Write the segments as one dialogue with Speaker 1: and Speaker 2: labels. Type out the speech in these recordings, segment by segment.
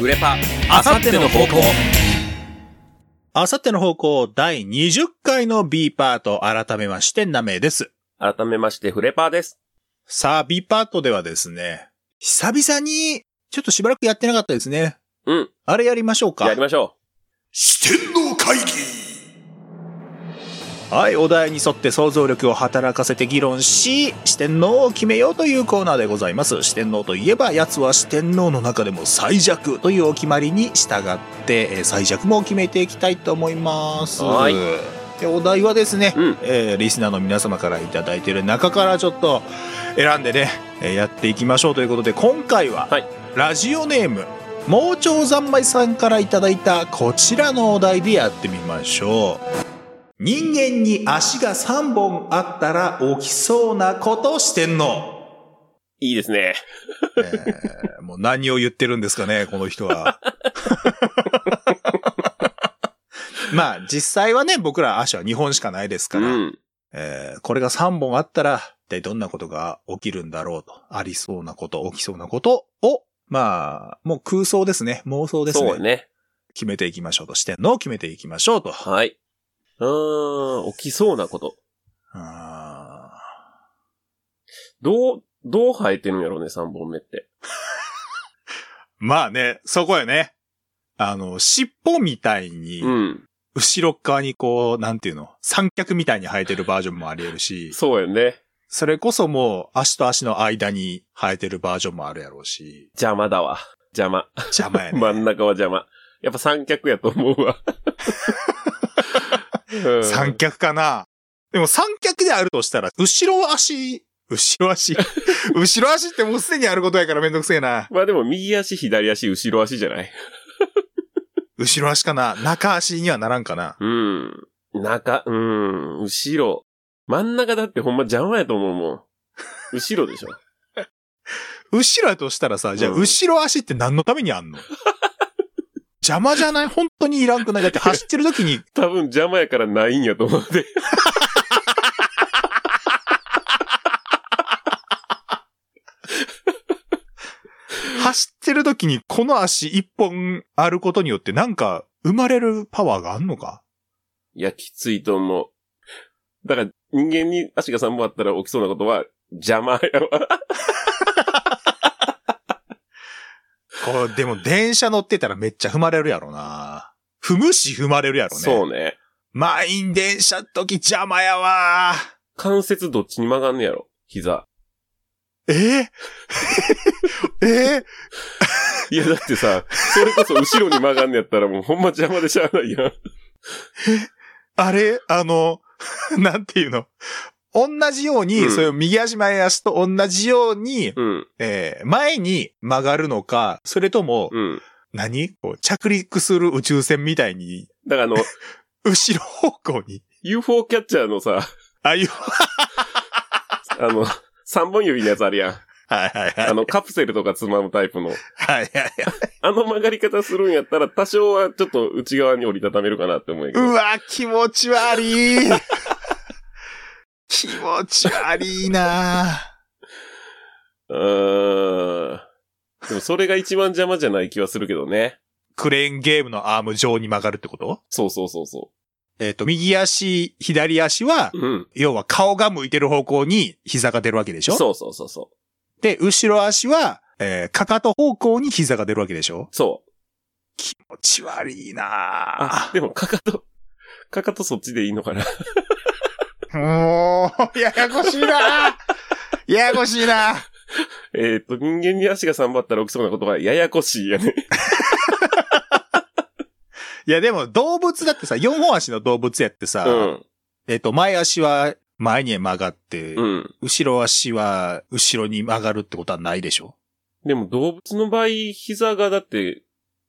Speaker 1: 売れパ
Speaker 2: あさっての方向
Speaker 3: あさっての方向第20回の B パート、改めまして、ナメです。
Speaker 1: 改めましてフレパーです
Speaker 3: さあ、B パートではですね、久々に、ちょっとしばらくやってなかったですね。
Speaker 1: うん
Speaker 3: あれやりましょうか。
Speaker 1: やりましょ
Speaker 2: 四天王会議
Speaker 3: はい、お題に沿って想像力を働かせて議論し、四天王を決めようというコーナーでございます。四天王といえば、奴は四天王の中でも最弱というお決まりに従って、えー最弱も決めていきたいと思います。
Speaker 1: はい
Speaker 3: で、お題はですね、
Speaker 1: ううん
Speaker 3: えーリスナーの皆様からいただいている中からちょっと選んでね、えーやっていきましょうということで今回は、
Speaker 1: はい
Speaker 3: ラジオネーム盲腸三昧さんからいただいたこちらのお題でやってみましょう人間に足が3本あったら起きそうなことしてんの、
Speaker 1: いいですね
Speaker 3: えーもう何を言ってるんですかねこの人はまあ実際はね僕ら足は2本しかないです
Speaker 1: う
Speaker 3: から、
Speaker 1: ん
Speaker 3: えーこれが3本あったら、一体どんなことが起きるんだろうと、ありそうなこと、起きそうなことを、まあ、もう空想ですね。妄想ですね。
Speaker 1: そうね
Speaker 3: 決めていきましょうと、視点のを決めていきましょうと。
Speaker 1: はいうーん起きそうなこと
Speaker 3: あ
Speaker 1: どうどう生えてるんやろうね3本目って
Speaker 3: ーまあね、そこよね。あの、尻尾みたいに、
Speaker 1: うん
Speaker 3: 後ろっ側にこう、なんていうの、三脚みたいに生えてるバージョンもあり得るし、
Speaker 1: そうよね
Speaker 3: それこそもう、足と足の間に生えてるバージョンもあるやろうし、
Speaker 1: 邪魔だわ邪 魔
Speaker 3: 邪魔や ね。
Speaker 1: 真ん中は邪魔やっぱ三脚やと思う わうん
Speaker 3: 三脚かなでも三脚であるとしたら、後ろ足、後ろ 足、後ろ足ってもうすでにあることやからめんどくせえな。
Speaker 1: まあでも右足左足後ろ足じゃない
Speaker 3: 後ろ足かな中足にはならんかな
Speaker 1: うん。中、うん、後ろ。真ん中だってほんま邪魔やと思うもん。後ろでしょ。
Speaker 3: 後ろやとしたらさ、じゃあ
Speaker 1: うん
Speaker 3: 後ろ足って何のためにあんの邪魔じゃない本当にいらんくないだって走ってる時 に、
Speaker 1: 多分邪魔やからないんやと思うで。
Speaker 3: 走ってる時にこの足一本あることによってなんか生まれるパワーがあんのか
Speaker 1: いや、きついと思う。だから、人間に足が3本あったら起きそうなことは邪魔やわ。
Speaker 3: こう、でも電車乗ってたらめっちゃ踏まれるやろな。踏むし踏まれるやろね。
Speaker 1: そうね。
Speaker 3: 満員電車の時邪魔やわ
Speaker 1: 関節どっちに曲がんねやろ。膝。
Speaker 3: え ーえー
Speaker 1: いや、だってさ、それこそ後ろに曲がんねやったらもうほんま邪魔でしゃあないやん。
Speaker 3: あれあの、 なんていうの同じように、
Speaker 1: うん
Speaker 3: そういう右足前足と同じように、
Speaker 1: うん、
Speaker 3: えー前に曲がるのか、それとも、
Speaker 1: うん。
Speaker 3: 何こう着陸する宇宙船みたいに、
Speaker 1: だからあの、
Speaker 3: 後ろ方向に、
Speaker 1: UFO キャッチャーのさ、
Speaker 3: ああいう、
Speaker 1: あの、3本指のやつあるやん。
Speaker 3: はいはいはい。
Speaker 1: あの、カプセルとかつまむタイプの。
Speaker 3: はいはいはい。
Speaker 1: あの曲がり方するんやったら、多少はちょっと内側に折りたためるかなって思うんやけ
Speaker 3: う
Speaker 1: ど。
Speaker 3: わ、気持ち悪い。 気持ち悪いな
Speaker 1: うーん。でもそれが一番邪魔じゃない気はするけどね。
Speaker 3: クレーンゲームのアーム上に曲がるってこと
Speaker 1: そうそうそうそ
Speaker 3: えっ、と、右足、左足は、
Speaker 1: う。うん。
Speaker 3: 要は顔が向いてる方向に膝が出るわけでしょ
Speaker 1: そうそうそうそ
Speaker 3: で、後ろ足は、えー、かかと方向に膝が出るわけでしょ
Speaker 1: う。そう。
Speaker 3: 気持ち悪い
Speaker 1: あ
Speaker 3: な、ぁ
Speaker 1: でもかかと、かかとそっちでいいのかな。
Speaker 3: もう、ややこしいなぁ ややこしいなぁ
Speaker 1: えっと、人間に足が3本あったら起きそうなことがややこしいやね。
Speaker 3: いや、でも動物だってさ、4本足の動物やってさ、
Speaker 1: うん。
Speaker 3: えっ、と、前足は前に曲がって、
Speaker 1: うん。
Speaker 3: 後ろ足は後ろに曲がるってことはないでしょ
Speaker 1: でも動物の場合、膝がだって、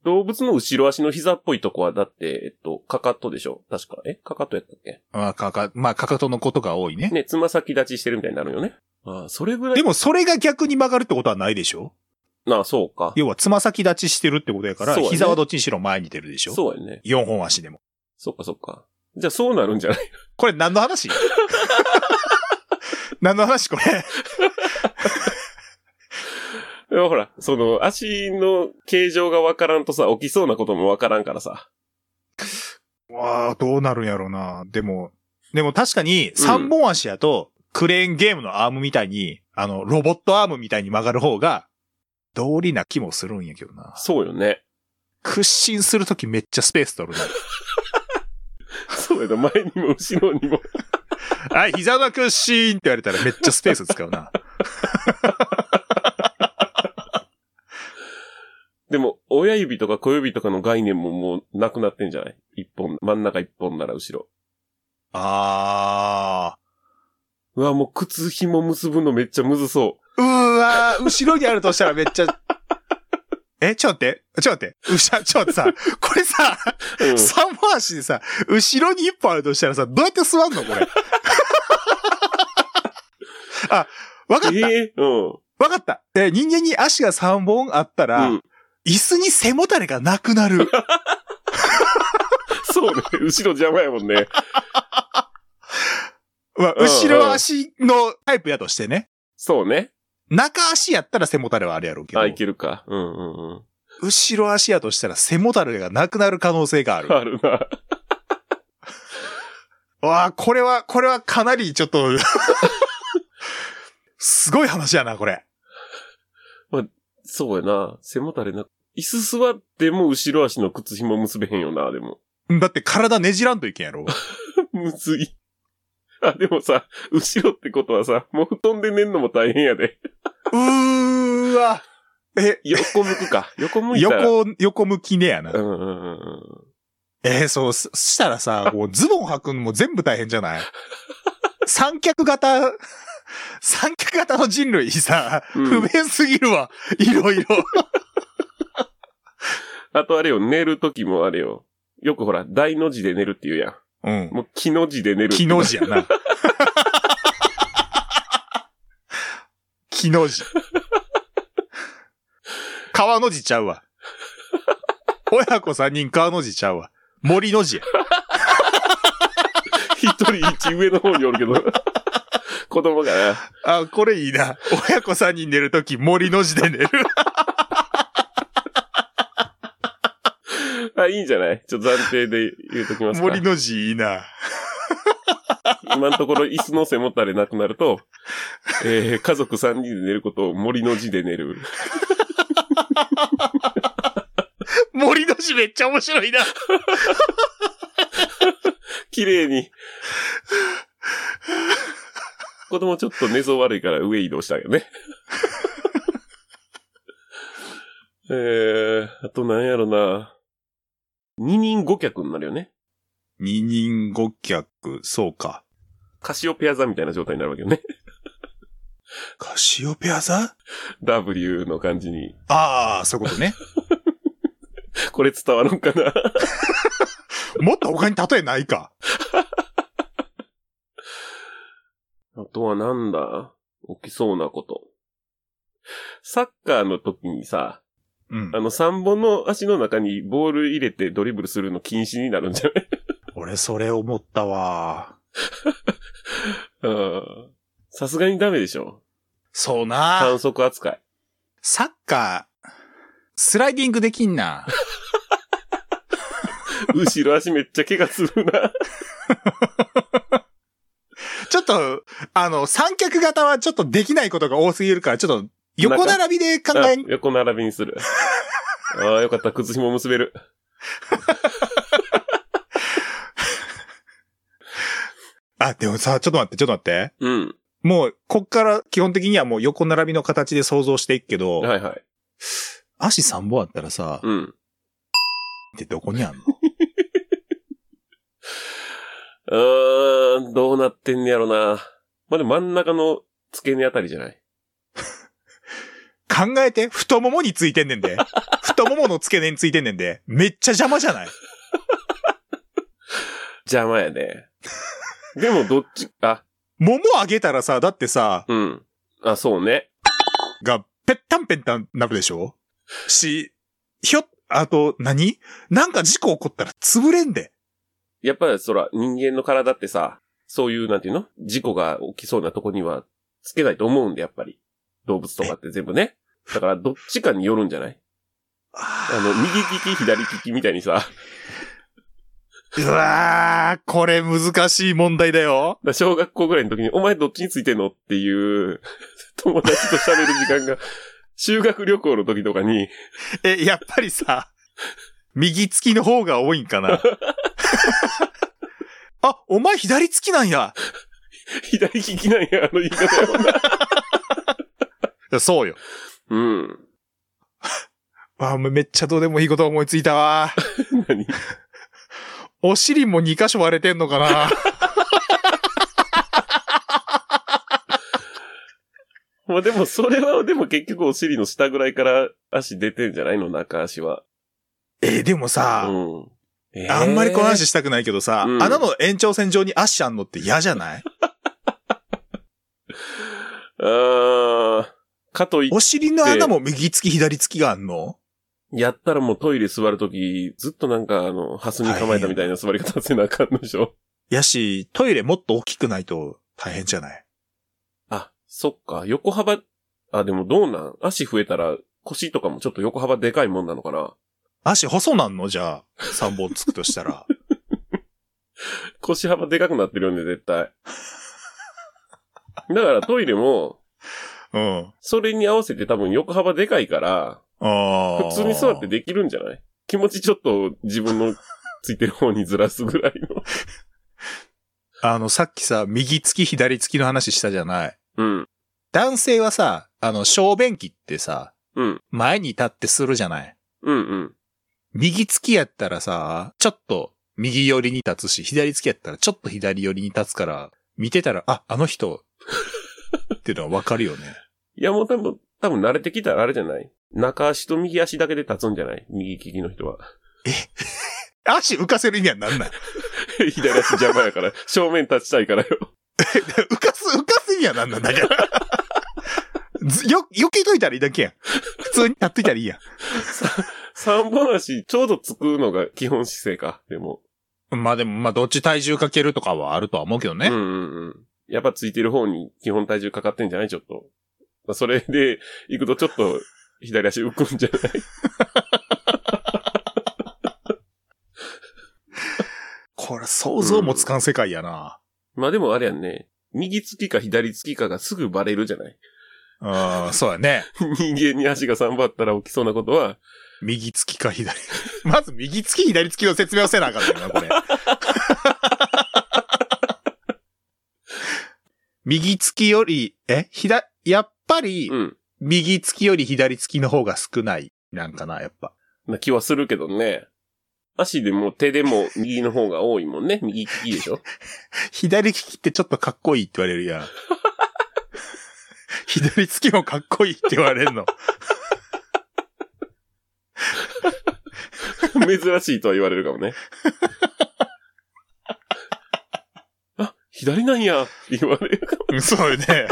Speaker 1: 動物の後ろ足の膝っぽいとこはだって、えっと、かかとでしょ確か。えかかとやったっけ
Speaker 3: まあ、かか、まあ、かかとのことが多いね。
Speaker 1: ね、つま先立ちしてるみたいになるよね。ああそれぐら
Speaker 3: で
Speaker 1: い。
Speaker 3: も、それが逆に曲がるってことはないでしょ
Speaker 1: ああそうか。
Speaker 3: 要は、つま先立ちしてるってことやから、
Speaker 1: そうやね
Speaker 3: 膝はどっちにしろ前に出るでしょ
Speaker 1: そうやね。
Speaker 3: 4本足でも。
Speaker 1: そっかそっか。じゃあそうなるんじゃない
Speaker 3: これ何の話 何の話これ。
Speaker 1: でもほら、その、足の形状がわからんとさ、起きそうなこともわからんからさ。
Speaker 3: わあ、どうなるんやろうな。でも、でも確かに、三本足やと、クレーンゲームのアームみたいに、あの、ロボットアームみたいに曲がる方が、道理な気もするんやけどな。
Speaker 1: そうよね。
Speaker 3: 屈伸するときめっちゃスペース取る
Speaker 1: そうやな、前にも後ろにも。
Speaker 3: な。はい、膝の屈伸って言われたらめっちゃスペース使うな。
Speaker 1: でも、親指とか小指とかの概念ももうなくなってんじゃない一本、真ん中一本なら後ろ。
Speaker 3: あ
Speaker 1: うわ、もう靴紐結ぶのめっちゃむずそ
Speaker 3: ー。うわー、後ろにあるとしたらめっちゃ、 え、ちょっと待って、ちょっと待って、うしゃ、ちょっと待ってさ、これさ、
Speaker 1: う。 うん。
Speaker 3: 三本足でさ、後ろに一本あるとしたらさ、どうやって座んのこれ。 あ、わかった。わ、
Speaker 1: ええうん。
Speaker 3: かった。えー人間に足が三本あったら、
Speaker 1: うん
Speaker 3: 椅子に背もたれがなくな る。
Speaker 1: そうね。後ろ邪魔やもんね。
Speaker 3: まあ、
Speaker 1: うんうん
Speaker 3: 後ろ足のタイプやとしてね。
Speaker 1: そうね。
Speaker 3: 中足やったら背もたれはあるやろうけど
Speaker 1: あ、、いけるか。うんうんうん。
Speaker 3: 後ろ足やとしたら背もたれがなくなる可能性がある。
Speaker 1: あるな。
Speaker 3: わあ、これは、これはかなりちょっと、すごい話やな、これ。
Speaker 1: そうやな。背もたれな。椅子座っても後ろ足の靴紐結べへんよな、でも。
Speaker 3: だって体ねじらんといけんやろ。
Speaker 1: むずい。あ、でもさ、後ろってことはさ、もう布団で寝んのも大変やで。
Speaker 3: うーわ。え、
Speaker 1: 横向くか。横向いたら。
Speaker 3: 横、横向きねやな
Speaker 1: う。んうんうんうん。
Speaker 3: えーそう、そしたらさ、 こうズボン履くのも全部大変じゃない三脚型、三脚型の人類さ、
Speaker 1: うん
Speaker 3: 不便すぎるわ。いろいろ。
Speaker 1: あとあれよ、寝るときもあれよ。よくほら、大の字で寝るって言うや
Speaker 3: うん
Speaker 1: ん。。もう、木の字で寝る。
Speaker 3: 木の字やな。木の字。川の字ちゃうわ。親子三人川の字ちゃうわ。森の字や。
Speaker 1: 一人一上の方にお るけど。子供がな。
Speaker 3: あ、これいいな。親子三人寝るとき森の字で寝る。
Speaker 1: あ、いいんじゃないちょっと暫定で言うときますか
Speaker 3: 森。の字いいな。
Speaker 1: 今のところ椅子の背もたれなくなる と、えー、家族3人で寝ることを森の字で寝る。
Speaker 3: 森の字めっちゃ面白いな。
Speaker 1: 綺麗に。子供ちょっと寝相悪いから上移動したけどね。 えー、あとなんやろな。二人五脚になるよね。
Speaker 3: 二人五脚、そうか。
Speaker 1: カシオペア座みたいな状態になるわけよね。
Speaker 3: カシオペア座
Speaker 1: W の感じに。
Speaker 3: ああ、そういうことね。
Speaker 1: これ伝わるんかな
Speaker 3: もっと他に例えないか。
Speaker 1: あとはなんだ起きそうなこと。サッカーの時にさ、
Speaker 3: うん
Speaker 1: あ。の3本の足の中にボール入れてドリブルするの禁止になるんじゃない
Speaker 3: 俺それ思ったわ。
Speaker 1: うんさすがにダメでしょ
Speaker 3: そうな
Speaker 1: 反。則扱い。
Speaker 3: サッカー、スライディングできんな。
Speaker 1: 後ろ足めっちゃ怪我するな。
Speaker 3: ちょっと、あの、三脚型はちょっとできないことが多すぎるから、ちょっと、横並びで考えん
Speaker 1: あ 横並びにする。ああ、よかった。靴紐結べる。
Speaker 3: あ、でもさ、ちょっと待って、ちょっと待って。
Speaker 1: うん。
Speaker 3: もう、こっから基本的にはもう横並びの形で想像していくけど、
Speaker 1: はいはい。
Speaker 3: 足3本あったらさ、
Speaker 1: うん。
Speaker 3: ってどこにあんの
Speaker 1: うーん、どうなってんねやろな。まあ、でも真ん中の付け根あたりじゃない
Speaker 3: 考えて、太ももについてんねんで。太ももの付け根についてんねんで。めっちゃ邪魔じゃない
Speaker 1: 邪魔やね。でもどっち、あ、
Speaker 3: もも上げたらさ、だってさ、
Speaker 1: うん。あ、そうね。
Speaker 3: が、ぺったんぺったんなるでしょし、ひょっ、あと何、なんか事故起こったら潰れんで。
Speaker 1: やっぱりそら、人間の体ってさ、そういう、なんていうの事故が起きそうなとこには、つけないと思うんで、やっぱり。動物とかって全部ね。だから、どっちかによるんじゃないあの、右利き、左利きみたいにさ、だ か
Speaker 3: うわー、これ難しい問題だよ。
Speaker 1: ら小学校ぐらいの時に、お前どっちについてんのっていう、 友達と喋る時間が、修学旅行の時とかに、
Speaker 3: え、やっぱりさ、右付きの方が多いんか な。あ、お前左付きなんや。
Speaker 1: 左利きなんや、あの言い方やもんな。
Speaker 3: いやそうよ。
Speaker 1: うん。
Speaker 3: あ、もうめっちゃどうでもいいこと思いついたわ。
Speaker 1: 何
Speaker 3: お尻も2箇所割れてんのかな。
Speaker 1: まあでも、それは、でも結局お尻の下ぐらいから足出てんじゃないの中足は。
Speaker 3: え、でもさ、
Speaker 1: うん。えー
Speaker 3: あんまりこの話したくないけどさ、
Speaker 1: うん
Speaker 3: 穴の延長線上に足あんのって嫌じゃない
Speaker 1: あーかといっ
Speaker 3: お尻の穴も右付き左付きがあんの
Speaker 1: やったらもうトイレ座るとき、ずっとなんかあの、ハスに構えたみたいな座り方せなあかんのでしょ。
Speaker 3: やし、トイレもっと大きくないと大変じゃない
Speaker 1: あ、そっか。横幅、あ、でもどうなん足増えたら腰とかもちょっと横幅でかいもんなのかな
Speaker 3: 足細なんのじゃあ、3本つくとした ら。
Speaker 1: 腰幅でかくなってるよね、絶対。 だからトイレも、
Speaker 3: うん。
Speaker 1: それに合わせて多分横幅でかいから、
Speaker 3: ああ。
Speaker 1: 普通に座ってできるんじゃない気持ちちょっと自分のついてる方にずらすぐらいの。
Speaker 3: あの、さっきさ、右付き左付きの話したじゃない。
Speaker 1: うん。
Speaker 3: 男性はさ、あの、小便器ってさ、
Speaker 1: うん。
Speaker 3: 前に立ってするじゃない。
Speaker 1: うんうん。
Speaker 3: 右付きやったらさ、ちょっと右寄りに立つし、左付きやったらちょっと左寄りに立つから、見てたら、あ、あの 人、っていうのはわかるよね。
Speaker 1: いや、もう多分、多分慣れてきたらあれじゃない中足と右足だけで立つんじゃない右利きの人は。
Speaker 3: 足浮かせる意味はなんない。
Speaker 1: 左足邪魔やから、正面立ちたいからよ。
Speaker 3: 浮かす、浮かす意味はなんなんだから。 ずよ、避けといたらいいだけやん。普通に立っといたらいいや
Speaker 1: 三本足、ちょうどつくのが基本姿勢か。でも。
Speaker 3: ん。まあでも、まあどっち体重かけるとかはあるとは思うけどね。
Speaker 1: うんうんうん。やっぱついてる方に基本体重かかってんじゃないちょっと。まあそれで、行くとちょっと、左足浮くんじゃない
Speaker 3: これ想像もつかん世界やな。
Speaker 1: まあでもあれやんね。右つきか左つきかがすぐバレるじゃない
Speaker 3: うん、そうやね。
Speaker 1: 人間に足が3本あったら起きそうなことは、
Speaker 3: 右付きか左。 まず右付き左付きの説明をせなあかんな、これ。 右付きより、え左、やっぱり
Speaker 1: う、ん。
Speaker 3: 右付きより左付きの方が少ない、なんかな、やっぱ。
Speaker 1: な気はするけどね。足でも手でも右の方が多いもんね。右利きでしょ
Speaker 3: 左利きってちょっとかっこいいって言われる やん。左付きもかっこいいって言われる の。
Speaker 1: 珍しいとは言われるかもね。あ、左なんやって言われるか
Speaker 3: うんそうよね。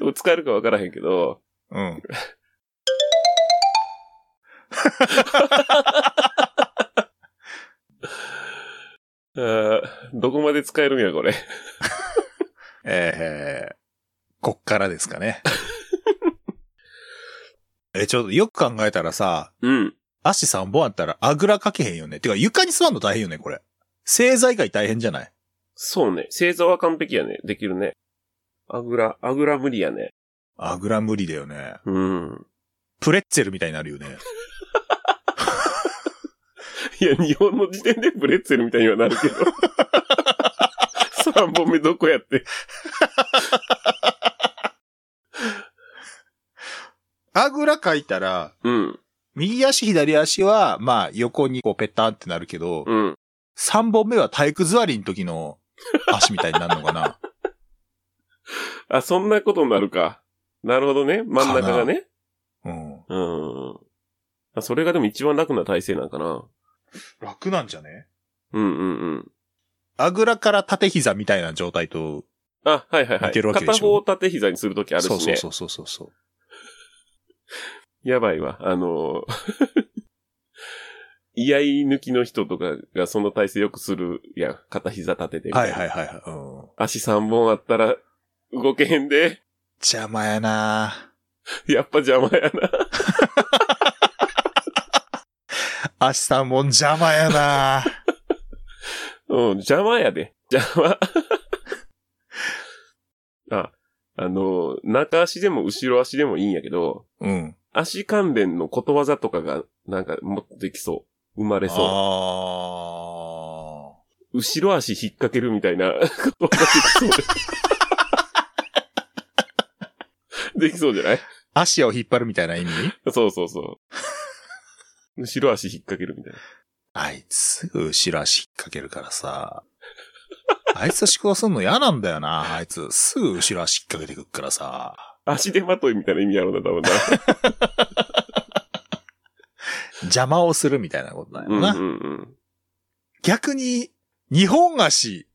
Speaker 1: も。使えるかわからへんけど。
Speaker 3: うん。
Speaker 1: あーどこまで使えるんや、これ。
Speaker 3: えー、こっからですかね。 え、ちょっとよく考えたらさ、
Speaker 1: うん。
Speaker 3: 足3本あったらあぐらかけへんよね。てか床に座んの大変よね、これ。正座以外大変じゃない
Speaker 1: そうね。正座は完璧やね。できるね。あぐら、あぐら無理やね。
Speaker 3: あぐら無理だよね。
Speaker 1: うん。
Speaker 3: プレッツェルみたいになるよね。
Speaker 1: いや、日本の時点でブレッツェルみたいにはなるけど。3本目どこやって。
Speaker 3: あぐらかいたら、
Speaker 1: うん。
Speaker 3: 右足左足は、まあ横にこうペタンってなるけど、
Speaker 1: うん。
Speaker 3: 3本目は体育座りの時の足みたいになるのか な
Speaker 1: あ、そんなことになるか。なるほどね。真ん中がね。
Speaker 3: うん。
Speaker 1: うん。あそれがでも一番楽な体勢なんかな。
Speaker 3: 楽なんじゃね
Speaker 1: うんうんうん。
Speaker 3: あぐらから縦膝みたいな状態と、
Speaker 1: あ、はいはいは
Speaker 3: 似
Speaker 1: い。
Speaker 3: てるわけでしょ
Speaker 1: 片方を縦膝にするときあるしね。
Speaker 3: そうそうそうそうそう。
Speaker 1: やばいわ。あのー、 居合抜きの人とかがその体勢よくするやん。片膝立ててみた
Speaker 3: はいい
Speaker 1: な。
Speaker 3: はいはいはい。うん、
Speaker 1: 足3本あったら動けへんで。
Speaker 3: 邪魔やな
Speaker 1: やっぱ邪魔やな。
Speaker 3: 明日もん邪魔や な
Speaker 1: うん、邪魔やで。邪魔。 あ、あの、中足でも後ろ足でもいいんやけど、
Speaker 3: うん。
Speaker 1: 足関連のことわざとかが、なんか、もっとできそう。生まれそ
Speaker 3: ああ。
Speaker 1: う。後ろ足引っ掛けるみたいな ことわざできそうで。できそうじゃない
Speaker 3: 足を引っ張るみたいな意味
Speaker 1: そうそうそう。後ろ足引っ掛けるみたいな。
Speaker 3: あいつ、後ろ足引っ掛けるからさ。あいつと思考すんの嫌なんだよな。あいつ、すぐ後ろ足引っ掛けてくっからさ。
Speaker 1: 足手まといみたいな意味やろうな、多分な。
Speaker 3: 邪魔をするみたいなことだよ
Speaker 1: うん
Speaker 3: な。
Speaker 1: うんうん。
Speaker 3: 逆に、日本足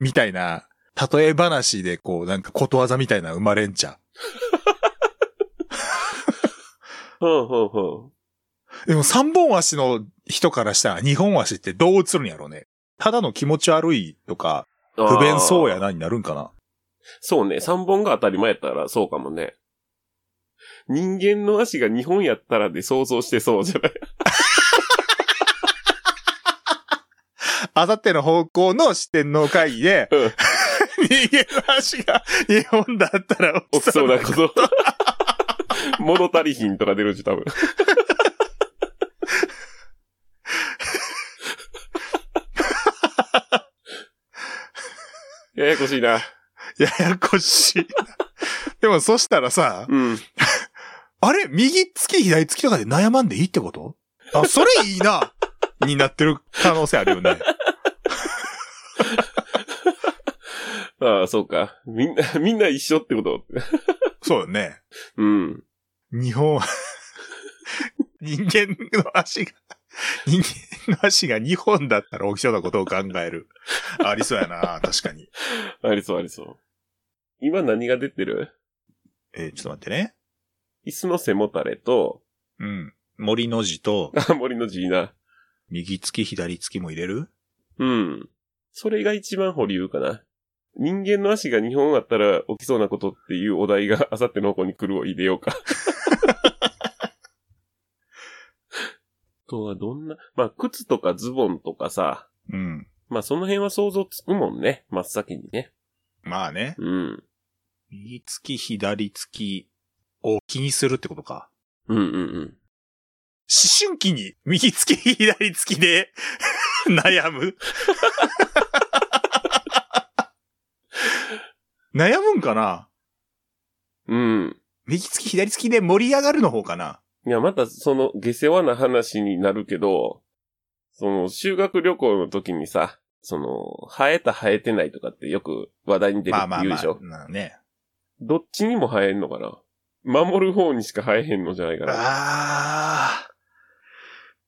Speaker 3: みたいな、例え話でこう、なんかことわざみたいなの生まれんちゃ
Speaker 1: ほうほうほ
Speaker 3: う。でも三本足の人からしたら日本足ってどう映るんやろうね。ただの気持ち悪いとか、
Speaker 1: う。あー
Speaker 3: 不便そうやなになるんかな。
Speaker 1: そうね、3本が当たり前やったらそうかもね。人間の足が2本やったらで想像してそうじゃない
Speaker 3: あさっての方向の四天王会議で、
Speaker 1: うん
Speaker 3: 人間の足が日本だったら
Speaker 1: 起き そうな
Speaker 3: 起
Speaker 1: こと物足りひんとか出るし、多分。 ややこしいな。
Speaker 3: きそうややこしい。でもそしたらさ、
Speaker 1: うん。
Speaker 3: あれ右つき左つきとかで悩まんでいいってことあ、それいいなになってる可能性あるよね。
Speaker 1: ああ、そうか。みんな、 みんな一緒ってこと。
Speaker 3: そうよね。
Speaker 1: うん。
Speaker 3: 日本は 人間の足が、人間の足が2本だったら起きそうなことを考える。ありそうやな確かに。
Speaker 1: ありそうありそう。今何が出てる
Speaker 3: えーちょっと待ってね。
Speaker 1: 椅子の背もたれと、
Speaker 3: うん。森の字と、
Speaker 1: あ、森の字いいな。
Speaker 3: 右つき左つきも入れる
Speaker 1: うん。それが一番保留かな。人間の足が2本あったら起きそうなことっていうお題があさっての方向に来るを入れようか。あとはどんな、まあ、靴とかズボンとかさ、
Speaker 3: うん。
Speaker 1: まあ、その辺は想像つくもんね。真っ先にね。
Speaker 3: まあね。
Speaker 1: うん。
Speaker 3: 右つき左つきを気にするってことか。
Speaker 1: うんうんうん。
Speaker 3: 思春期に右つき左つきで 悩む 悩むんかな
Speaker 1: うん。
Speaker 3: 右つき左つきで盛り上がるの方かない
Speaker 1: や、またその下世話な話になるけど、その修学旅行の時にさ、その、生えた生えてないとかってよく話題に出るっ
Speaker 3: まあ
Speaker 1: て
Speaker 3: まあ
Speaker 1: 言う
Speaker 3: ま
Speaker 1: でしょ、
Speaker 3: あ。まあね。
Speaker 1: どっちにも生えんのかな守る方にしか生えへんのじゃないかな。
Speaker 3: ああ。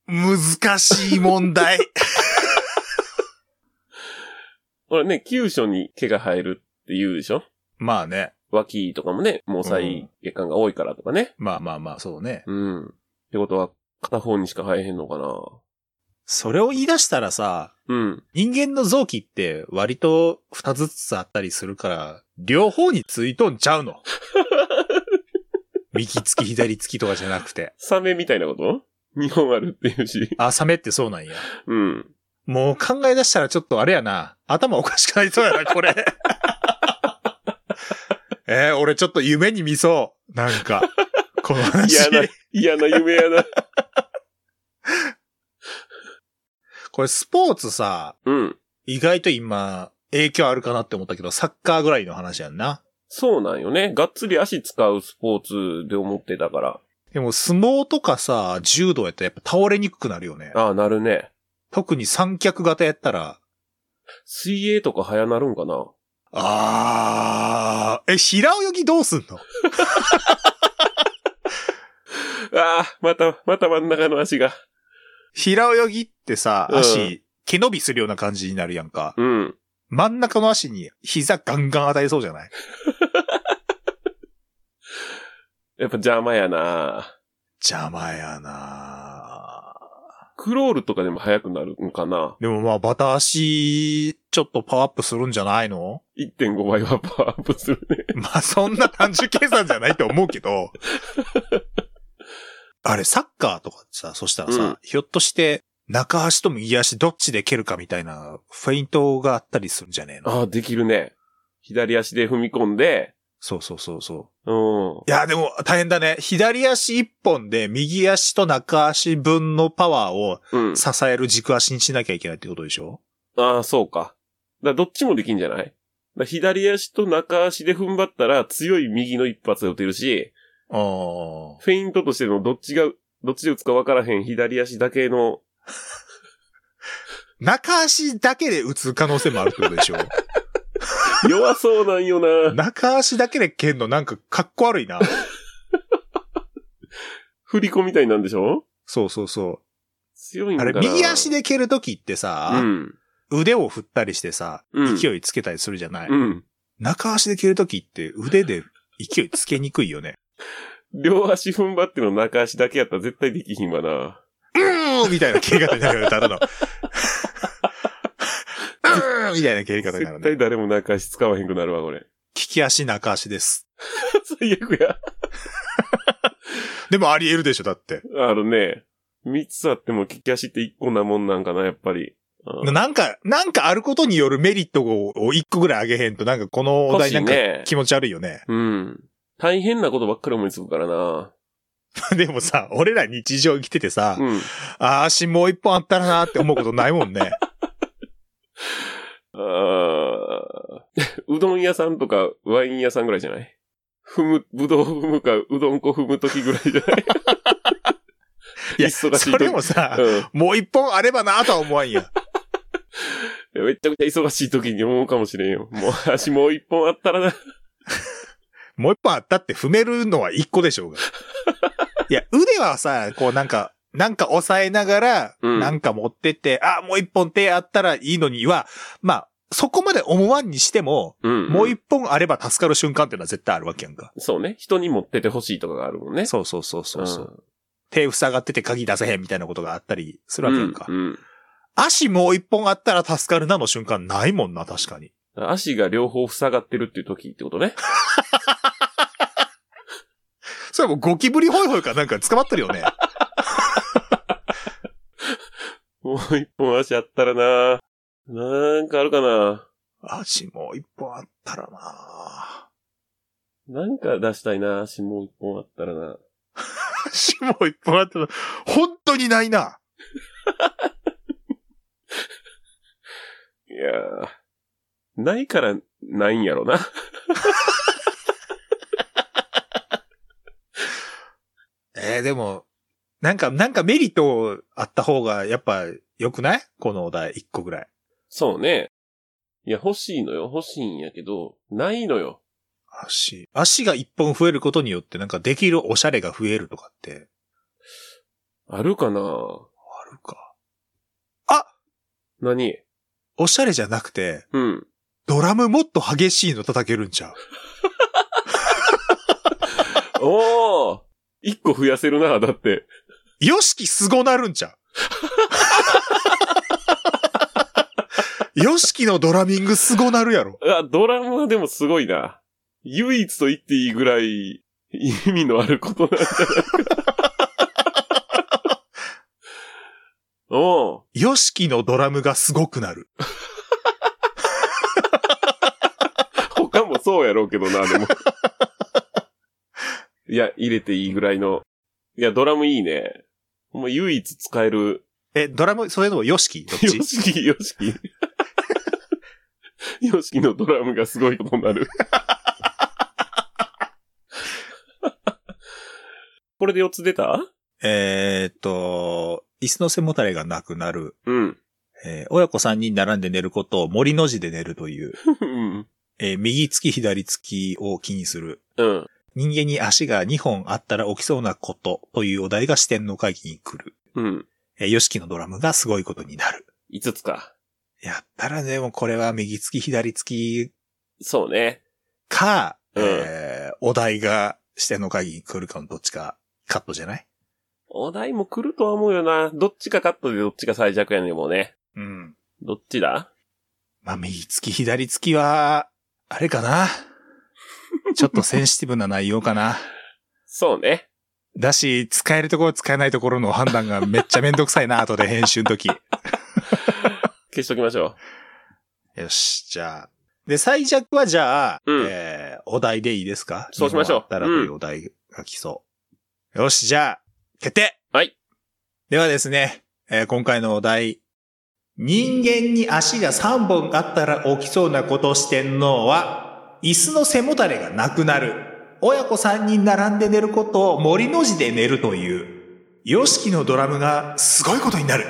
Speaker 3: 難しい問 題。
Speaker 1: ほらね、急所に毛が生えるって言うでしょ
Speaker 3: まあね。
Speaker 1: 脇とかもね、毛細血管が多いからとかね。
Speaker 3: まあまあまあ、そうね。
Speaker 1: うん。ってことは、片方にしか生えへんのか
Speaker 3: それを言い出したらさ、
Speaker 1: なうん。
Speaker 3: 人間の臓器って割と二つずつあったりするから、両方についとんちゃうの。 右つき左つきとかじゃなくて。
Speaker 1: サメみたいなこと日本あるっていうし。
Speaker 3: あ、サメってそうなんや。
Speaker 1: うん。
Speaker 3: もう考え出したらちょっとあれやな。頭おかしくなりそうやな、 これ。えー俺ちょっと夢に見そう。なんか、この話。
Speaker 1: 嫌な、嫌な夢やな。
Speaker 3: これスポーツさ、
Speaker 1: うん。
Speaker 3: 意外と今、影響あるかなって思ったけど、サッカーぐらいの話やんな。
Speaker 1: そうなんよね。がっつり足使うスポーツで思ってたから。
Speaker 3: でも相撲とかさ、柔道やったらやっぱ倒れにくくなるよね。
Speaker 1: ああ、なるね。
Speaker 3: 特に三脚型やったら、
Speaker 1: 水泳とか早なるんかな
Speaker 3: あー、え、平泳ぎどうすんの
Speaker 1: ああ、また、また真ん中の足が。
Speaker 3: 平泳ぎってさ、
Speaker 1: うん
Speaker 3: 足、毛伸びするような感じになるやんか。
Speaker 1: うん。
Speaker 3: 真ん中の足に膝ガンガン当たりそうじゃない
Speaker 1: やっぱ邪魔やな
Speaker 3: 邪魔やな
Speaker 1: クロールとかでも速くなるのかな
Speaker 3: でもまあ、バタ足、ちょっとパワーアップするんじゃないの
Speaker 1: ?1.5 倍はパワーアップするね。
Speaker 3: まあ、そんな単純計算じゃないと思うけ ど。あれ、サッカーとかさ、そしたらさ、
Speaker 1: うん
Speaker 3: ひょっとして、中足と右足どっちで蹴るかみたいな、フェイントがあったりするんじゃねえの
Speaker 1: ああ、できるね。左足で踏み込んで、
Speaker 3: そうそうそうそう。
Speaker 1: うん。
Speaker 3: いや、でも大変だね。左足一本で右足と中足分のパワーを
Speaker 1: うん。
Speaker 3: 支える軸足にしなきゃいけないってことでしょ
Speaker 1: ああ、そうか。だからどっちもできんじゃないだから左足と中足で踏ん張ったら強い右の一発で打てるし、
Speaker 3: あ
Speaker 1: フェイントとしてのどっちが、どっちで打つか分からへん左足だけの、
Speaker 3: あ。中足だけで打つ可能性もあるってことで しょ
Speaker 1: 弱そうなんよな。
Speaker 3: 中足だけで蹴るのなんかかっこ悪いな。
Speaker 1: 振り子みたいになんでしょ
Speaker 3: そうそうそ
Speaker 1: 強いん
Speaker 3: う。あ
Speaker 1: だ
Speaker 3: れ、
Speaker 1: から。
Speaker 3: 右足で蹴るときってさ、
Speaker 1: うん。
Speaker 3: 腕を振ったりしてさ、
Speaker 1: うん
Speaker 3: 勢いつけたりするじゃない、
Speaker 1: うん。
Speaker 3: 中足で蹴るときって腕で勢いつけにくいよね。
Speaker 1: 両足踏ん張っての中足だけやったら絶対できひんわな。
Speaker 3: うーんみたいな蹴り方になるよね、ただの。うーんみたいな蹴り方になる
Speaker 1: 絶
Speaker 3: ね。
Speaker 1: 対誰も中足使わへんくなるわ、これ。
Speaker 3: 利き足、中足です。
Speaker 1: 最悪や。
Speaker 3: でもあり得るでしょ、だって。
Speaker 1: あのね、三つあっても利き足って一個なもんなんかな、やっぱり。うん
Speaker 3: なんか、なんかあることによるメリットを一個ぐらいあげへんと、なんかこのお題なんか
Speaker 1: 欲しいね
Speaker 3: 気持ち悪いよね。
Speaker 1: うん。大変なことばっかり思いつくからな。
Speaker 3: でもさ、俺ら日常生きててさ、
Speaker 1: うん。
Speaker 3: あー足もう一本あったらなって思うことないもん ね。
Speaker 1: あー うどん屋さんとかワイン屋さんぐらいじゃない踏む、ぶどう踏むか、うどんこ踏むときぐらいじゃない
Speaker 3: いや、そ
Speaker 1: 忙しい時
Speaker 3: れもさ、
Speaker 1: うん
Speaker 3: もう一本あればなとは思わん や。
Speaker 1: いやめちゃくちゃ忙しい時に思うかもしれん よ。もう足もう一本あったらな。
Speaker 3: もう一本あったって踏めるのは一個でしょうが。いや、腕はさ、こうなんか、なんか押さえながら、
Speaker 1: うん
Speaker 3: なんか持ってって、あ、もう一本手あったらいいのには、まあ、そこまで思わんにしても、
Speaker 1: うん
Speaker 3: もう一本あれば助かる瞬間っていうのは絶対あるわけやんか。
Speaker 1: そうね。人に持っててほしいとかがあるもんね。
Speaker 3: そうそうそうそうそう、
Speaker 1: ん
Speaker 3: 手塞がってて鍵出せへんみたいなことがあったりするわけやんか。
Speaker 1: うんうん
Speaker 3: 足もう一本あったら助かるなの瞬間ないもんな、確かに。
Speaker 1: 足が両方塞がってるっていう時っ てことね。
Speaker 3: それもうゴキブリホイホイかなんか捕まってるよね。
Speaker 1: もう一本足あったらな。なんかあるかな。
Speaker 3: 足もう一本あったらな
Speaker 1: なんか出したいな。足もう一本あったらな。
Speaker 3: 足もいっぱいあったの。本当にないな。
Speaker 1: いやー。ないからないんやろな。
Speaker 3: えー、でも、なんか、なんかメリットあった方が、やっぱ、良くないこのお題、一個ぐらい。
Speaker 1: そうね。いや、欲しいのよ。欲しいんやけど、ないのよ。
Speaker 3: 足。足が一本増えることによって、なんかできるおしゃれが増えるとかって、
Speaker 1: あるかな
Speaker 3: あるか。
Speaker 1: 何
Speaker 3: おしゃれじゃなくて、
Speaker 1: うん。
Speaker 3: ドラムもっと激しいの叩けるんちゃう
Speaker 1: おー一個増やせるな、だって。
Speaker 3: よしきすごなるん ちゃうよしきのドラミングすごなるやろ。
Speaker 1: あ、ドラムはでもすごいな。唯一と言っていいぐらい意味のあることなんじゃないか。おう
Speaker 3: よしきのドラムがすごくなる。
Speaker 1: 他もそうやろうけどな、でも。いや、入れていいぐらいの。いや、ドラムいいね。もう唯一使える。
Speaker 3: え、ドラム、それともよしきどっ
Speaker 1: よ
Speaker 3: ち
Speaker 1: しき、よし き。よしきのドラムがすごいことになる。 これで4つ出た
Speaker 3: えーっと、椅子の背もたれがなくなる、
Speaker 1: うん。
Speaker 3: えー親子三人並んで寝ることを森の字で寝るという、
Speaker 1: うん。
Speaker 3: えー右つき左つきを気にする、
Speaker 1: うん。
Speaker 3: 人間に足が2本あったら起きそうなことというお題が視点の会議に来る、
Speaker 1: うん。
Speaker 3: えー、ヨシキのドラムがすごいことになる。
Speaker 1: 5つか。
Speaker 3: やったらでもこれは右つき左つき
Speaker 1: そうね。
Speaker 3: か、
Speaker 1: うん
Speaker 3: えーお題が視点の会議に来るかのどっちかカットじゃない
Speaker 1: お題も来るとは思うよな。どっちかカットでどっちか最弱やねん、もうね。
Speaker 3: うん。
Speaker 1: どっちだ
Speaker 3: まあ、右つき左つきは、あれかな。ちょっとセンシティブな内容かな。
Speaker 1: そうね。
Speaker 3: だし、使えるところ使えないところの判断がめっちゃめんどくさいな、後で編集の時。
Speaker 1: 消しときましょ
Speaker 3: よし、じゃあ。で、最弱はじゃあ、
Speaker 1: うん
Speaker 3: えー、お題でいいですか
Speaker 1: そうしましょ
Speaker 3: 日本あ
Speaker 1: う
Speaker 3: ったらというお題が来そう。よし、じゃあ、決定
Speaker 1: はい。
Speaker 3: ではですね、えー今回のお題。人間に足が3本あったら起きそうなことをしてんのは、椅子の背もたれがなくなる。親子3人並んで寝ることを森の字で寝るという。ヨシキのドラムがすごいことになる。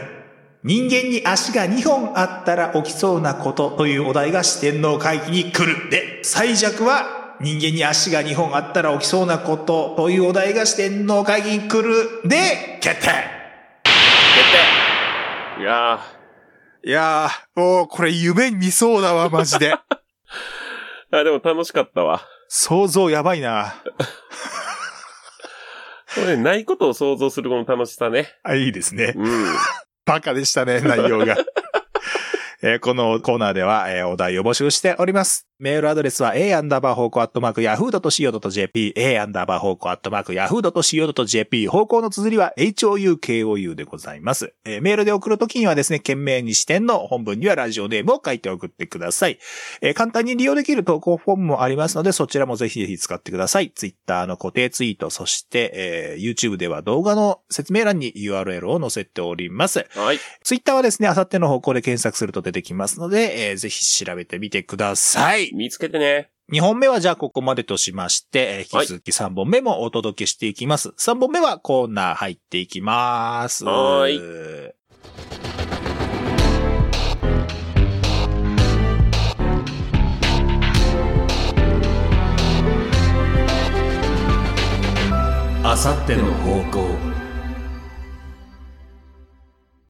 Speaker 3: 人間に足が2本あったら起きそうなことというお題が四天王会議に来る。で、最弱は人間に足が2本あったら起きそうなことというお題が四天王会議に来る。で、決定
Speaker 1: う。決定いや
Speaker 3: いやー、もうこれ夢見そうだわ、マジで。
Speaker 1: ー。あ、でも楽しかったわ。
Speaker 3: 想像やばいな。
Speaker 1: これ、ね、ないことを想像するこの楽しさね。
Speaker 3: あ、いいですね。
Speaker 1: うん。
Speaker 3: バカでしたね、内容が。えーこのコーナーでは、えーお題を募集しております。メールアドレスは a アンダーバー方向アットマーク yahoo.co.jp a アンダーバー方向アットマーク yahoo.co.jp 方向の綴りは houkou でございます。えーメールで送るときにはですね、懸命に視点の本文にはラジオネームを書いて送ってください。えー簡単に利用できる投稿フォームもありますので、そちらもぜひぜひ使ってください。Twitter の固定ツイート、そして、えー YouTube では動画の説明欄に URL を載せております。
Speaker 1: はい。
Speaker 3: ツイッターはですね、あさっての方向で検索すると出てきますので、えーぜひ調べてみてください。
Speaker 1: 見つけてね。
Speaker 3: 2本目はじゃあここまでとしまして、えー引き続き3本目もお届けしていきます。3本目はコーナー入っていきます。
Speaker 1: は
Speaker 3: あさっての方向